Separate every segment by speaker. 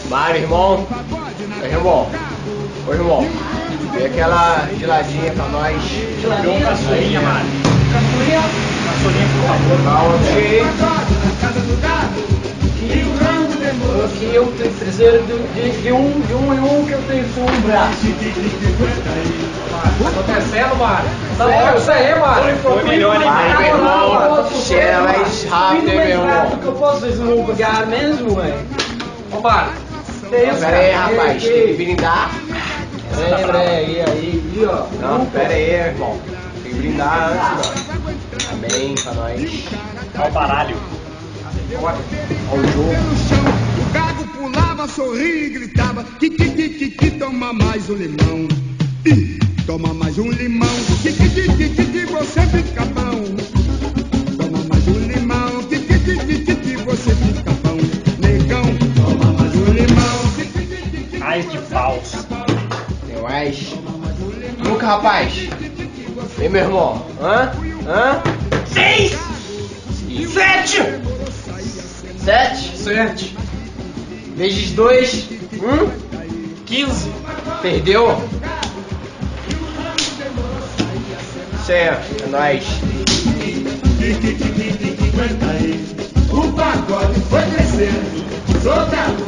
Speaker 1: irmão. Ô, É, irmão. Ô, irmão. Vê aquela geladinha pra nós.
Speaker 2: Geladinha,
Speaker 1: Deu um
Speaker 2: caçulinha, Mari.
Speaker 1: Caçulinha?
Speaker 2: Caçulinha, por favor.
Speaker 1: Calma, cheio.
Speaker 2: Que eu tenho traseiro de, de, de um, de um em um que eu tenho só um braço. Acontecendo, Mari. Tá bom, isso aí, Mari.
Speaker 3: Foi melhor, hein,
Speaker 1: Vai, meu
Speaker 2: Tá
Speaker 1: irmão. Cheira é mais rápido, hein,
Speaker 2: Muito
Speaker 1: meu
Speaker 2: mais rápido que
Speaker 1: irmão.
Speaker 2: eu posso deslugar mesmo, velho. Ô, Mari. Que isso,
Speaker 1: Pera aí,
Speaker 2: cara?
Speaker 1: rapaz.
Speaker 2: Ei,
Speaker 1: Tem que
Speaker 2: ei.
Speaker 1: brindar.
Speaker 3: tá
Speaker 2: Peraí, peraí, aí, aí, ó.
Speaker 1: Não, pera aí, irmão. Tem que brindar antes, não. Amém pra nós.
Speaker 4: tá
Speaker 3: Ao baralho.
Speaker 1: Bora. Ó o jogo.
Speaker 4: pelo chão. O gago pulava, sorria e gritava: que, que, que, que, que, toma mais um limão. Ih, toma mais um limão. Que, que, que, que, que, que, você fica bom. Toma mais um limão. Que, que, que, que, que, que, você fica bom. Negão, toma mais um limão. Que, que, que, que, que,
Speaker 3: Ais de paus.
Speaker 1: Tem mais. Nunca, rapaz. Vem, meu irmão. Hã? Hã?
Speaker 3: Seis! Sete!
Speaker 1: Sete.
Speaker 3: Sete!
Speaker 1: Vezes dois. Um.
Speaker 3: Quinze!
Speaker 1: Perdeu. Isso aí, é nóis.
Speaker 4: O pagode foi crescendo. Soldado.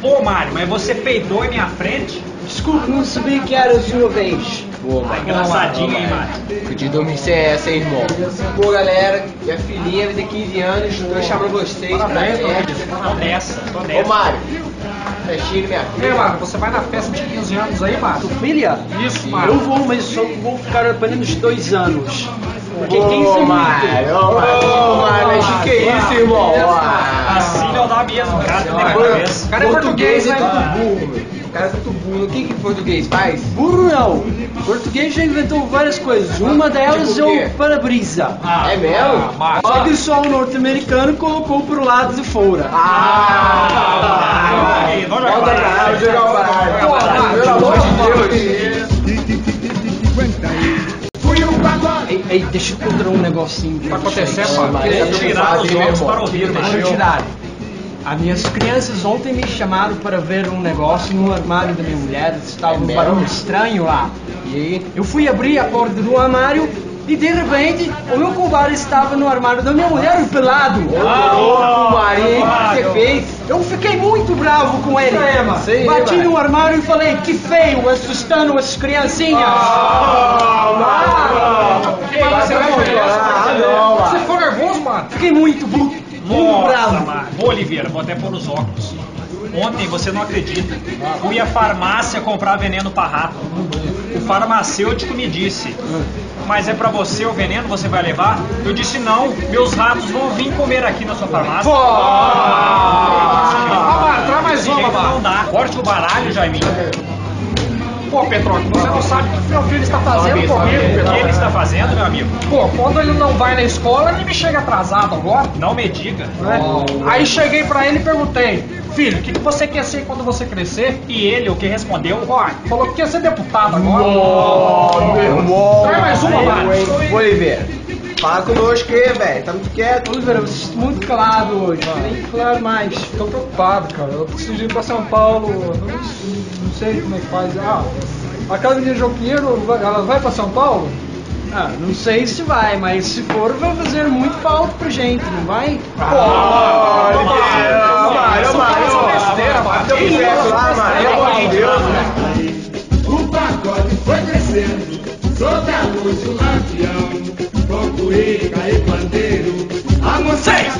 Speaker 3: Pô, Mário, mas você peidou em minha frente?
Speaker 2: Desculpa, não sabia que era a sua vez.
Speaker 1: Pô, mano.
Speaker 3: Tá Engraçadinho, hein, Mário?
Speaker 1: Podia dormir sem essa, hein, irmão. Pô, galera, minha filhinha vai ter 15 anos. Trouxe pra vocês. Pra
Speaker 2: é
Speaker 1: gente.
Speaker 3: Tô nessa, tô
Speaker 1: Ô,
Speaker 3: nessa.
Speaker 1: Mário. Festinha, minha
Speaker 3: Ei,
Speaker 1: filha.
Speaker 3: Mário, você vai na festa de 15 anos aí, Mário?
Speaker 2: Filha,
Speaker 3: Isso,
Speaker 2: eu
Speaker 3: Mário.
Speaker 2: vou, mas só vou ficar apenas dois anos. Porque
Speaker 1: Ô,
Speaker 2: 15
Speaker 1: Mário,
Speaker 2: minutos.
Speaker 1: Ô, Mário, Ô, Mário, mas que que é isso, irmão? Ah,
Speaker 3: Assim não dá mesmo, cara, na
Speaker 1: Mano,
Speaker 3: cabeça.
Speaker 1: cara é português, é
Speaker 2: Ah, Português,
Speaker 1: tudo
Speaker 2: né?
Speaker 1: burro, meu. O cara é tudo burro. O que que português faz?
Speaker 2: Burro não. Português já inventou várias coisas. Uma delas
Speaker 1: Tipo
Speaker 2: é
Speaker 1: o quê?
Speaker 2: o para-brisa.
Speaker 3: Ah,
Speaker 1: É mesmo?
Speaker 3: ah, Mário.
Speaker 2: Só que só o norte-americano colocou pro lado de fora.
Speaker 1: Ah!
Speaker 3: Ah, vamos jogar
Speaker 1: Volta pra lá,
Speaker 3: baralho.
Speaker 1: vamos jogar o baralho.
Speaker 3: Vamos jogar baralho.
Speaker 1: Pelo amor de Deus.
Speaker 4: Que, que, que, que, que, que, aguenta aí. Fui o pagode.
Speaker 2: Ah, Ei, ei, deixa eu contar um negocinho.
Speaker 1: Tá
Speaker 3: Vai acontecer,
Speaker 1: Isso,
Speaker 3: Mário.
Speaker 1: Mário,
Speaker 3: Queria
Speaker 1: tá tudo
Speaker 3: tirar os
Speaker 1: fácil,
Speaker 3: olhos
Speaker 1: né,
Speaker 3: para
Speaker 1: irmão?
Speaker 3: ouvir,
Speaker 2: Deixa eu
Speaker 3: Mário.
Speaker 2: tirar. As minhas crianças ontem me chamaram para ver um negócio no armário da minha mulher. Estava um
Speaker 1: É mesmo?
Speaker 2: barulho estranho lá.
Speaker 1: E aí?
Speaker 2: Eu fui abrir a porta do armário e de repente o meu cobar estava no armário da minha mulher pelado.
Speaker 1: Ô, louco, Maria, hein? o que você fez?
Speaker 2: Eu fiquei muito bravo com ele.
Speaker 1: Sei,
Speaker 2: Bati
Speaker 1: mano.
Speaker 2: no armário e falei, que feio, assustando as criancinhas.
Speaker 5: Ah,
Speaker 3: Ah,
Speaker 2: Ah,
Speaker 3: Que
Speaker 2: assim,
Speaker 3: isso, é uma criança,
Speaker 1: Ah,
Speaker 3: Mário.
Speaker 1: não,
Speaker 3: Você
Speaker 1: Mário.
Speaker 3: ficou nervoso, Mário?
Speaker 2: Fiquei muito puto, muito
Speaker 3: Nossa,
Speaker 2: bravo.
Speaker 3: Mário. Ô, Oliveira, vou até pôr os óculos. Ontem, você não acredita, fui à farmácia comprar veneno para rato. O farmacêutico me disse, mas é para você o veneno, você vai levar? Eu disse, não, meus ratos vão vir comer aqui na sua farmácia. Ah, Mário, traz mais uma, Mário. Não dá. Corte o baralho, Jaiminho.
Speaker 5: Pô, Petroc, você não sabe o que meu filho está fazendo comigo,
Speaker 3: O que ele
Speaker 5: Petroc.
Speaker 3: está fazendo, meu amigo?
Speaker 5: Pô, quando ele não vai na escola, ele me chega atrasado agora,
Speaker 3: Não me diga.
Speaker 5: né? Aí cheguei pra ele e perguntei, filho, o que, que você quer ser quando você crescer?
Speaker 3: E ele, o que respondeu?
Speaker 5: Ó, falou que quer
Speaker 2: é
Speaker 5: ser deputado agora.
Speaker 1: Ô, meu irmão.
Speaker 5: Traz mais uma,
Speaker 1: Aí,
Speaker 5: Mário.
Speaker 1: hein? Ô, Oliveira. Fala conosco aí, velho. Tá muito quieto.
Speaker 2: Oliveira, você está muito calado hoje. Nem falar mais.
Speaker 5: Tô preocupado, cara. Eu preciso ir pra São Paulo. eu Não, não sei como é que faz. Ah, aquela menina Joquinheiro, ela vai pra São Paulo?
Speaker 2: Ah, não sei se vai, mas se for, vai fazer muito falta pra gente, não vai? é
Speaker 1: Olha,
Speaker 3: Mário,
Speaker 1: Mário,
Speaker 3: Mário,
Speaker 1: Mário.
Speaker 3: besteira, Mário.
Speaker 1: Deu certo lá, Mário.
Speaker 3: é
Speaker 1: Pelo amor de Deus,
Speaker 5: né?
Speaker 1: velho.
Speaker 4: O pacote foi crescendo, soldado de um lampião, com cuíca e pandeiro, a moçada
Speaker 3: Seis.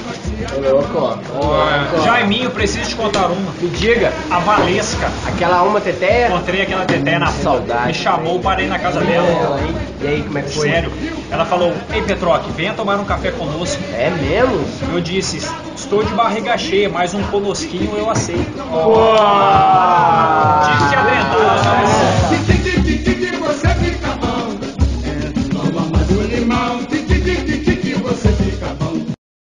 Speaker 1: Ô, louco, ó. Ô, louco, ó.
Speaker 3: Jaiminho, preciso te contar uma.
Speaker 1: Me diga,
Speaker 3: A Valesca.
Speaker 1: aquela uma teteia?
Speaker 3: Encontrei aquela teté na
Speaker 1: Saudade.
Speaker 3: Me chamou, parei na casa dela.
Speaker 1: E aí, como é que foi?
Speaker 3: Sério. Ela falou, ei Petroc, venha tomar um café conosco.
Speaker 1: É mesmo?
Speaker 3: Eu disse, estou de barriga cheia, mas um conosquinho eu aceito. Tive que adentrar.